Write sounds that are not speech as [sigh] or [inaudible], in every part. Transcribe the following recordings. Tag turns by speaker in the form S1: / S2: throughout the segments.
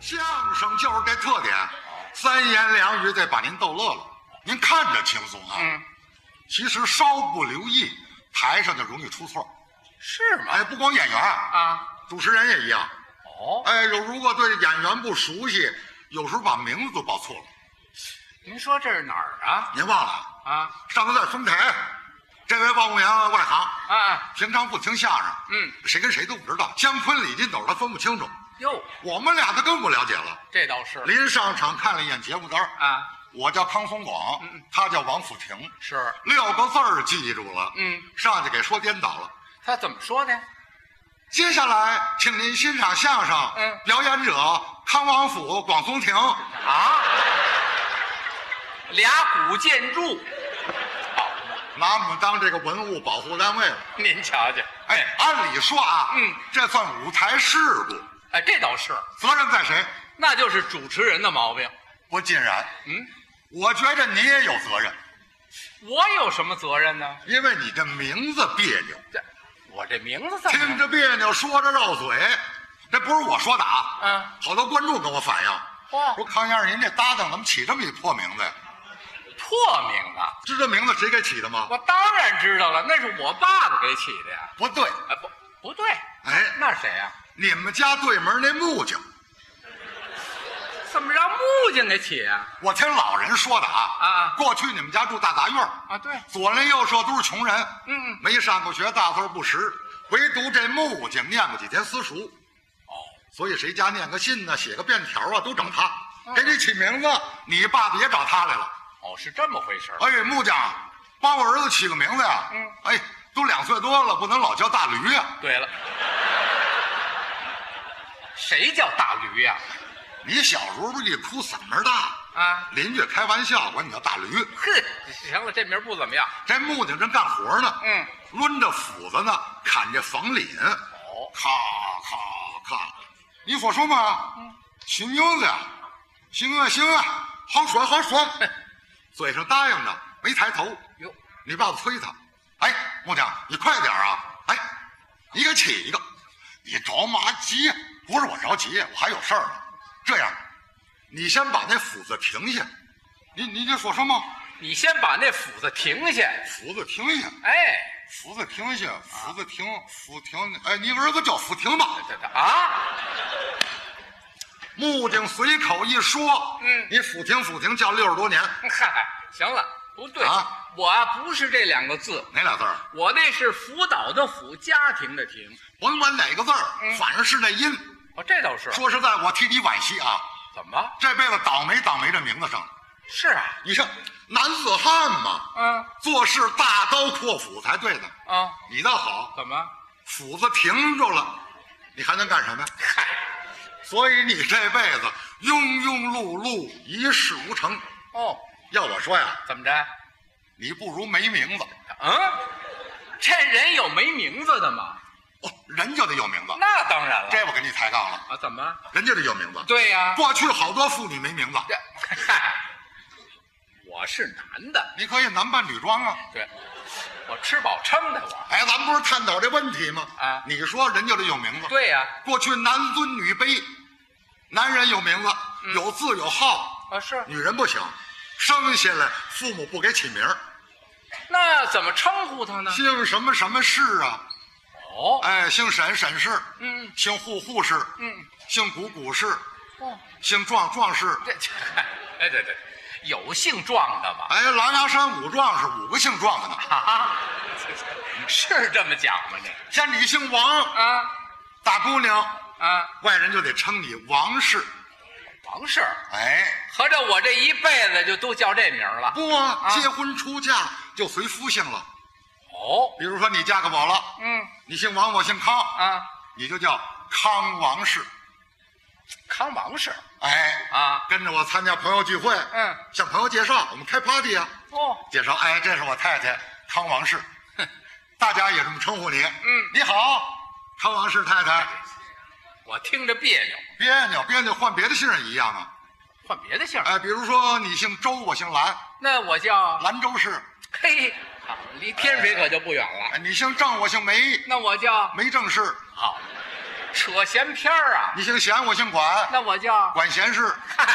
S1: 相声就是这特点，三言两语得把您逗乐了。您看着轻松啊，
S2: 嗯，
S1: 其实稍不留意，台上就容易出错。
S2: 是吗？
S1: 哎，不光演员，
S2: 啊，
S1: 主持人也一样。
S2: 哦，
S1: 哎，有如果对演员不熟悉，有时候把名字都报错了。
S2: 您说这是哪儿啊？
S1: 您忘了，
S2: 啊
S1: 上次在丰台，这位报幕员外行，
S2: 啊，
S1: 平常不听相声，
S2: 嗯，
S1: 谁跟谁都不知道，姜昆、李金斗他分不清楚。
S2: 哟，
S1: 我们俩他更不了解了。
S2: 这倒是
S1: 临上场看了一眼节目单儿，
S2: 啊，
S1: 我叫康松广，
S2: 嗯
S1: 他叫王府亭，
S2: 是，
S1: 六个字儿记住了，
S2: 嗯，
S1: 上去给说颠倒了。
S2: 他怎么说的？
S1: 接下来，请您欣赏相声，
S2: 嗯
S1: 表演者康王府广松亭。
S2: 啊，俩古建筑，
S1: 拿我们当这个文物保护单位了。
S2: 您瞧瞧，
S1: 哎，按理说啊，
S2: 嗯，
S1: 这算舞台事故，
S2: 哎，这倒是，
S1: 责任在谁？
S2: 那就是主持人的毛病。
S1: 不尽然，
S2: 嗯，
S1: 我觉着你也有责任，
S2: 我有什么责任呢？
S1: 因为你这名字别扭，
S2: 这我这名字怎么
S1: 听着别扭，说着绕嘴。这不是我说的啊，
S2: 嗯
S1: 好多观众跟我反映，[laughs]
S2: 哇
S1: 说康先生您这搭档怎么起这么一破名字呀？
S2: 破名啊？
S1: 知道名字谁给起的吗？
S2: 我当然知道了，那是我爸爸给起的呀。
S1: 不对，
S2: 哎，不，不对，
S1: 哎，
S2: 那是谁呀、
S1: 你们家对门那木匠，
S2: 怎么让木匠给起啊呀、
S1: 我听老人说的啊，
S2: 啊
S1: 过去你们家住大杂院儿
S2: 啊？对，
S1: 左邻右舍都是穷人，
S2: 嗯，
S1: 没上过学，大字儿不识，唯独这木匠念过几天私塾。哦，所以谁家念个信呢，写个便条啊，都找他。
S2: 嗯
S1: 给你起名字，你爸爸也找他来了。
S2: 哦，是这么回事儿。
S1: 哎，木匠，帮我儿子起个名字呀。
S2: 嗯。
S1: 哎，都两岁多了，不能老叫大驴啊呀、
S2: 对了，谁叫大驴呀、
S1: 你小时候不是一哭嗓门大，
S2: 啊？
S1: 邻居开玩笑管你叫大驴。
S2: 哼，行了，这名儿不怎么样。
S1: 这木匠正干活呢，
S2: 嗯，
S1: 抡着斧子呢，砍这房檩，
S2: 哦，
S1: 咔咔咔，你火说嘛？嗯，行妞子呀，行啊行啊，好耍好耍，嘴上答应着，没抬头。
S2: 哟，
S1: 你爸爸催他，哎，木匠，你快点啊！哎，你给起一个，你着嘛急？不是我着急，我还有事儿呢。这样，你先把那斧子停下。你你这火说嘛？
S2: 你先把那斧子停下。
S1: 斧子停下。
S2: 哎，
S1: 福子停下，福子停，福停，哎，你儿子叫福停吧。
S2: 这这啊，
S1: 木匠随口一说，
S2: 嗯
S1: 你福停福停叫六十多年，
S2: 嗨，行了，不对，
S1: 啊
S2: 我啊不是这两个字，
S1: 哪俩字儿？
S2: 我那是辅导的辅，家庭的庭。
S1: 甭管哪个字儿，反正是那音。
S2: 哦，这倒是。
S1: 说实在，我替你惋惜啊，
S2: 怎么？
S1: 这辈子倒霉倒霉这名字上了。
S2: 是啊，
S1: 你像男子汉嘛，
S2: 嗯
S1: 做事大刀阔斧才对呢。
S2: 啊，
S1: 你倒好，
S2: 怎么？
S1: 斧子停住了，你还能干什么呀？
S2: 嗨，
S1: 所以你这辈子庸庸碌碌，一事无成。
S2: 哦，
S1: 要我说呀，
S2: 怎么着？
S1: 你不如没名字。
S2: 嗯，这人有没名字的吗？
S1: 哦，人就得有名字。
S2: 那当然了。
S1: 这我跟你抬杠了，
S2: 啊，怎么？
S1: 人就得有名字。
S2: 对呀、
S1: 过去好多妇女没名字，
S2: 这，嗨，我是男的，
S1: 你可以男扮女装啊。
S2: 对，我吃饱撑的我。
S1: 哎，咱们不是探讨这问题吗？
S2: 啊
S1: 你说人就得有名字。，
S2: 对呀、
S1: 过去男尊女卑，男人有名字，
S2: 嗯
S1: 有字有号，
S2: 啊，是。
S1: 女人不行，生下来父母不给起名儿，
S2: 那怎么称呼他呢？
S1: 姓什么什么氏啊？
S2: 哦，
S1: 哎，姓沈沈氏，
S2: 嗯
S1: 姓户户氏，
S2: 嗯，
S1: 姓谷谷氏，
S2: 哦，
S1: 姓壮壮氏。
S2: 这这，哎对对，有姓壮的吗？
S1: 哎，狼牙山五壮士，五个姓壮的呢。
S2: 啊，这这是这么讲吗？这
S1: 像你姓王，
S2: 啊
S1: 大姑娘，
S2: 啊，
S1: 外人就得称你王氏。
S2: 王氏，
S1: 哎，
S2: 合着我这一辈子就都叫这名儿了。
S1: 不啊，
S2: 啊
S1: 结婚出嫁就随夫姓了。
S2: 哦，
S1: 比如说你嫁给我了，
S2: 嗯
S1: 你姓王，我姓康，
S2: 啊，
S1: 你就叫康王氏。
S2: 康王氏
S1: 哎，
S2: 啊，
S1: 跟着我参加朋友聚会，
S2: 嗯，
S1: 向朋友介绍，我们开 party 啊，
S2: 哦，
S1: 介绍，哎，这是我太太康王氏，哼 [laughs] 大家也这么称呼你。
S2: 嗯，哎
S1: 你好，康王氏太太，
S2: 我听着别扭，
S1: 别扭别扭，换别的姓儿也一样啊。
S2: 换别的姓儿。
S1: 哎，比如说你姓周，我姓兰，
S2: 那我叫
S1: 兰州市。
S2: [laughs] 嘿，好，离天水可就不远了。
S1: 哎，你姓郑，我姓梅，
S2: 那我叫
S1: 梅郑氏。
S2: 好，扯闲篇儿啊！
S1: 你姓闲，我姓管，
S2: 那我叫
S1: 管闲事；
S2: 嗨，哦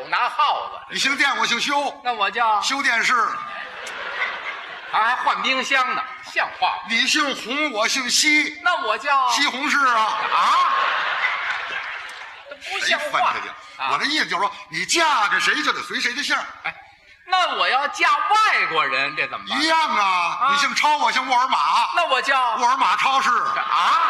S2: 狗拿耗子，
S1: 你姓电，我姓修，
S2: 那我叫
S1: 修电视；
S2: 啊，还换冰箱呢，像话吗？
S1: 你姓红，我姓西，
S2: 那我叫
S1: 西红柿啊。
S2: 啊，这不
S1: 谁
S2: 像
S1: 分
S2: 话
S1: 他去？
S2: 啊！
S1: 我那意思就是说，你嫁给谁就得随谁的姓儿，
S2: 哎，那我要嫁外国人，这怎么办
S1: 一？样啊。你姓超，我姓沃尔玛，
S2: 那我叫
S1: 沃尔玛超市。
S2: 啊！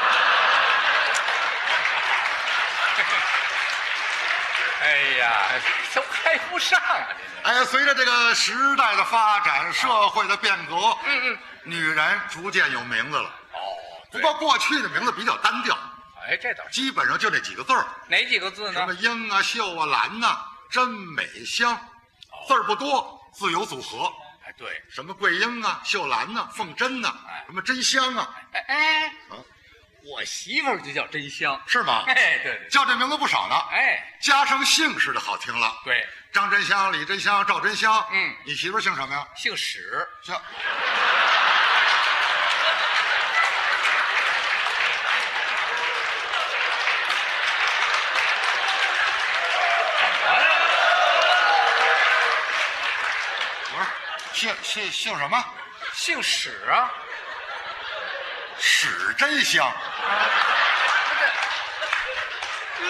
S2: 哎呀，都开不上啊！这是
S1: 哎，随着这个时代的发展，社会的变革，
S2: 嗯嗯，
S1: 女人逐渐有名字了。
S2: 哦，
S1: 不过过去的名字比较单调，
S2: 哎，这倒是
S1: 基本上就那几个字儿，
S2: 哪几个字
S1: 什
S2: 呢
S1: 么？英啊、秀啊、兰呐、真美香，
S2: 哦
S1: 字儿不多，自由组合。
S2: 哎，对，
S1: 什么桂英啊、秀兰呐、凤珍呐、
S2: 哎
S1: 什么真香啊，
S2: 哎哎
S1: 啊，
S2: 我媳妇儿就叫真香。
S1: 是吗？
S2: [laughs] 哎，对对，
S1: 叫这名字不少呢。
S2: 哎，
S1: 加上姓氏的好听了，
S2: 对，
S1: 张真香、李真香、赵真香。
S2: 嗯
S1: 你媳妇儿姓什么呀？
S2: 姓史，
S1: 姓不是姓姓姓什么？
S2: 姓史啊，
S1: 史真香。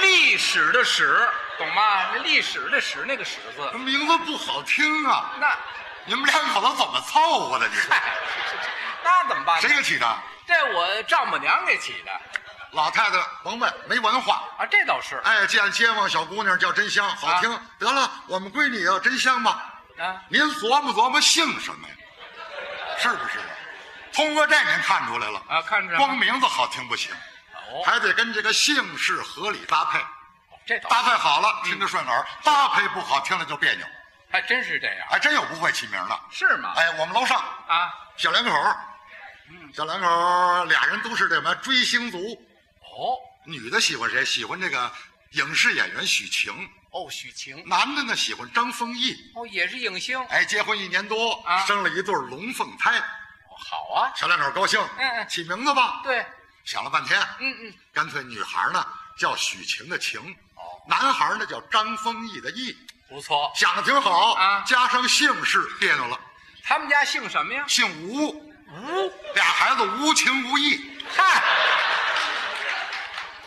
S2: 历史的史，懂吗？那历史的史，那个史字，
S1: 这名字不好听啊！
S2: 那，
S1: 你们两口子怎么凑合的？你说
S2: 嗨，那怎么办呢？
S1: 谁给起的？
S2: 这我丈母娘给起的
S1: 老太太甭问，没文化。
S2: 啊，这倒是
S1: 哎，见街坊小姑娘叫真香，好听。得了，我们闺女也叫真香吧。
S2: 啊，
S1: 您琢磨琢磨姓什么呀？是不是？通过这您看出来了
S2: 啊看出来了
S1: 光名字好听不行，
S2: 哦，啊
S1: 还得跟这个姓氏合理搭配。
S2: 这倒
S1: 搭配好了
S2: 嗯
S1: 听着顺耳，搭配不好听着就别扭。
S2: 还真是这样，
S1: 还真有不会起名的。
S2: 是吗？
S1: 哎，我们楼上
S2: 啊，
S1: 小两口儿，
S2: 嗯
S1: 小两口儿俩人都是这什么追星族，
S2: 哦
S1: 女的喜欢谁？喜欢这个影视演员许晴，
S2: 哦，许晴
S1: 男的呢喜欢张丰毅。
S2: 哦，也是影星，
S1: 哎，结婚一年多，
S2: 啊
S1: 生了一对龙凤胎，
S2: 哦好啊，
S1: 小两口儿高兴，
S2: 嗯嗯
S1: 起名字吧。
S2: 对，
S1: 想了半天，
S2: 嗯嗯，
S1: 干脆女孩儿呢叫许晴的晴，
S2: 哦，
S1: 男孩儿呢叫张丰毅的毅，
S2: 不错。
S1: 想的挺好
S2: 啊
S1: 加上姓氏别扭了，
S2: 他们家姓什么呀？
S1: 姓吴，
S2: 吴，
S1: 俩孩子无情无义。
S2: 嗨，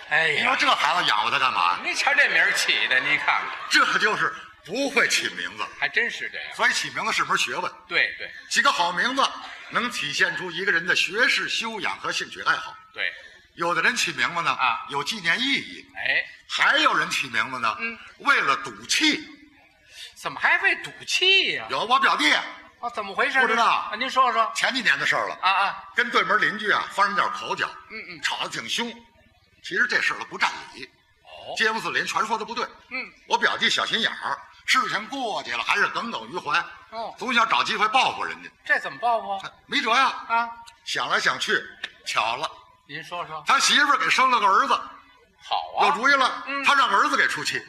S2: 哎
S1: 你说
S2: 呀，
S1: 这孩子养活他干嘛？
S2: 你瞧这名儿起的，你看看，
S1: 这就是不会起名字，
S2: 还真是这样。
S1: 所以起名字是门学问。
S2: 对对
S1: 起个好名字能体现出一个人的学识修养和兴趣爱好。
S2: 对，
S1: 有的人起名字呢，
S2: 啊
S1: 有纪念意义；
S2: 哎，
S1: 还有人起名字呢，
S2: 嗯
S1: 为了赌气。
S2: 怎么还会赌气呀、
S1: 有我表弟
S2: 啊，怎么回事？
S1: 不知道
S2: 啊，您说说
S1: 前几年的事儿了，
S2: 啊啊，
S1: 跟对门邻居啊发生点口角，
S2: 嗯嗯，
S1: 吵得挺凶。其实这事儿不占理，
S2: 哦，
S1: 街坊四邻全说的不对。
S2: 嗯，
S1: 我表弟小心眼儿，事情过去了还是耿耿于怀，
S2: 哦
S1: 总想找机会报复人家。
S2: 这怎么报复啊？
S1: 没辙呀，
S2: 啊，
S1: 想来想去，巧了，
S2: 您说说，
S1: 他媳妇儿给生了个儿子，
S2: 好
S1: 有
S2: 啊，
S1: 主意了，
S2: 嗯
S1: 他让儿子给出气。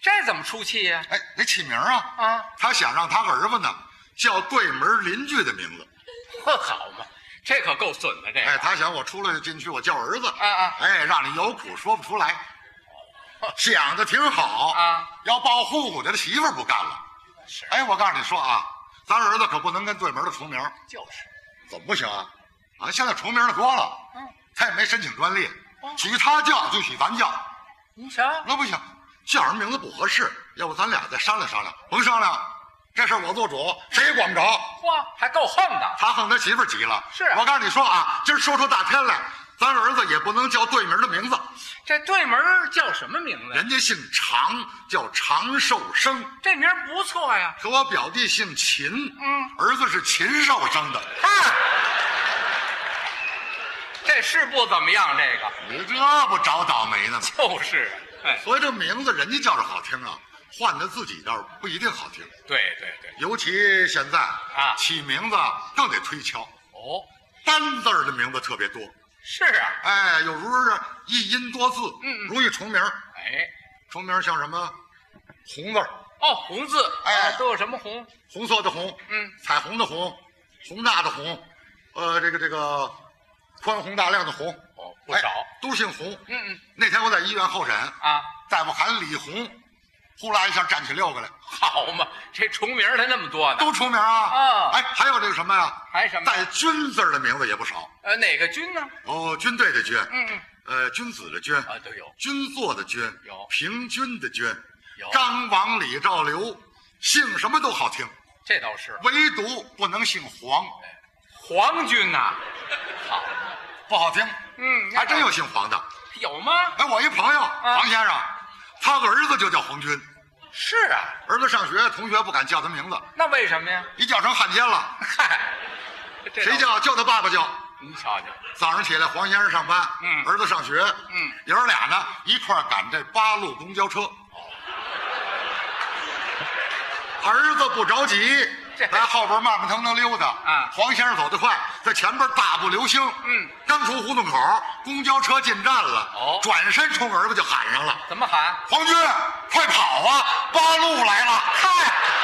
S2: 这怎么出气呀、
S1: 哎，得起名啊！
S2: 啊，
S1: 他想让他儿子呢叫对门邻居的名字。
S2: 呵，好嘛，这可够损的，这
S1: 哎，
S2: 个
S1: 他想我出来进去，我叫儿子。
S2: 啊啊
S1: 哎，让你有苦说不出来。想的挺好
S2: 啊，
S1: 要报户口的他媳妇儿不干了。
S2: 是
S1: 哎，我告诉你说啊，咱儿子可不能跟对门的重名，
S2: 就是，
S1: 怎么不行啊？啊，现在重名的多了，
S2: 嗯，
S1: 他也没申请专利
S2: 哦，
S1: 许他叫就许咱叫。
S2: 您瞧，
S1: 那不行，叫人名字不合适，要不咱俩再商量商量。甭商量，这事儿我做主，谁也管不着。
S2: 嚯，还够横的，
S1: 他恨他媳妇儿急了。
S2: 是啊
S1: 我告诉你说啊，今儿说出大天来，咱儿子也不能叫对名的名字，
S2: 这对门儿叫什么名字呀？
S1: 人家姓常，叫常寿生。
S2: 这名儿不错呀，
S1: 可我表弟姓秦，
S2: 嗯，
S1: 儿子是秦寿生的。
S2: 啊，这是不怎么样，这个
S1: 你这不找倒霉呢吗？
S2: 就是，哎，
S1: 所以这名字人家叫着好听啊，换的自己倒是不一定好听。
S2: 对对对，
S1: 尤其现在啊起名字更得推敲，
S2: 哦，
S1: 单字儿的名字特别多。
S2: 是啊，
S1: 哎，有时候是一音多字，
S2: 嗯嗯
S1: 容易重名儿。
S2: 哎，
S1: 重名儿像什么？红字儿，
S2: 哦，红字，
S1: 哎
S2: 啊都有什么红？
S1: 红色的红，
S2: 嗯，
S1: 彩虹的红，宏大的宏，呃，这个这个宽宏大量的宏，
S2: 哦不少
S1: 哎都姓洪。
S2: 嗯嗯
S1: 那天我在医院候诊，
S2: 啊，
S1: 大夫喊李洪，呼啦一下站起六个来，
S2: 好嘛，这重名儿才那么多呢。
S1: 都出名啊。
S2: 啊
S1: 哎，还有这个什么呀？
S2: 还什么？
S1: 带“君”字儿的名字也不少，
S2: 呃，哪个军呢？
S1: 哦，军队的军，
S2: 嗯嗯
S1: 呃，君子的君，
S2: 啊，都有
S1: 君座的君，
S2: 有
S1: 平均的均，
S2: 有，
S1: 张王李赵刘，姓什么都好听，
S2: 这倒是
S1: 唯独不能姓黄，
S2: 皇军呐、好，
S1: 不好听。
S2: 嗯
S1: 还真有姓黄的。
S2: 有吗？
S1: 哎，我一朋友
S2: 啊
S1: 黄先生，他儿子就叫黄军，
S2: 是啊，
S1: 儿子上学，同学不敢叫他名字，
S2: 那为什么呀？
S1: 一叫成汉奸了。
S2: 嗨，这
S1: 谁
S2: 倒
S1: 叫？就他爸爸叫。
S2: 是？你瞧瞧，
S1: 早上起来，黄先生上班，
S2: 嗯
S1: 儿子上学，
S2: 嗯，
S1: 爷儿俩呢一块儿赶这八路公交车。
S2: [laughs]
S1: 儿子不着急
S2: [laughs] 这，
S1: 在后边慢慢腾腾溜达。
S2: 啊
S1: 黄先生走得快，在前边大步流星。
S2: 嗯，
S1: 刚出胡同口，公交车进站了。
S2: 哦
S1: 转身冲儿子就喊上了
S2: 怎么喊？：“
S1: 黄军，快跑啊！八路来了！”嗨，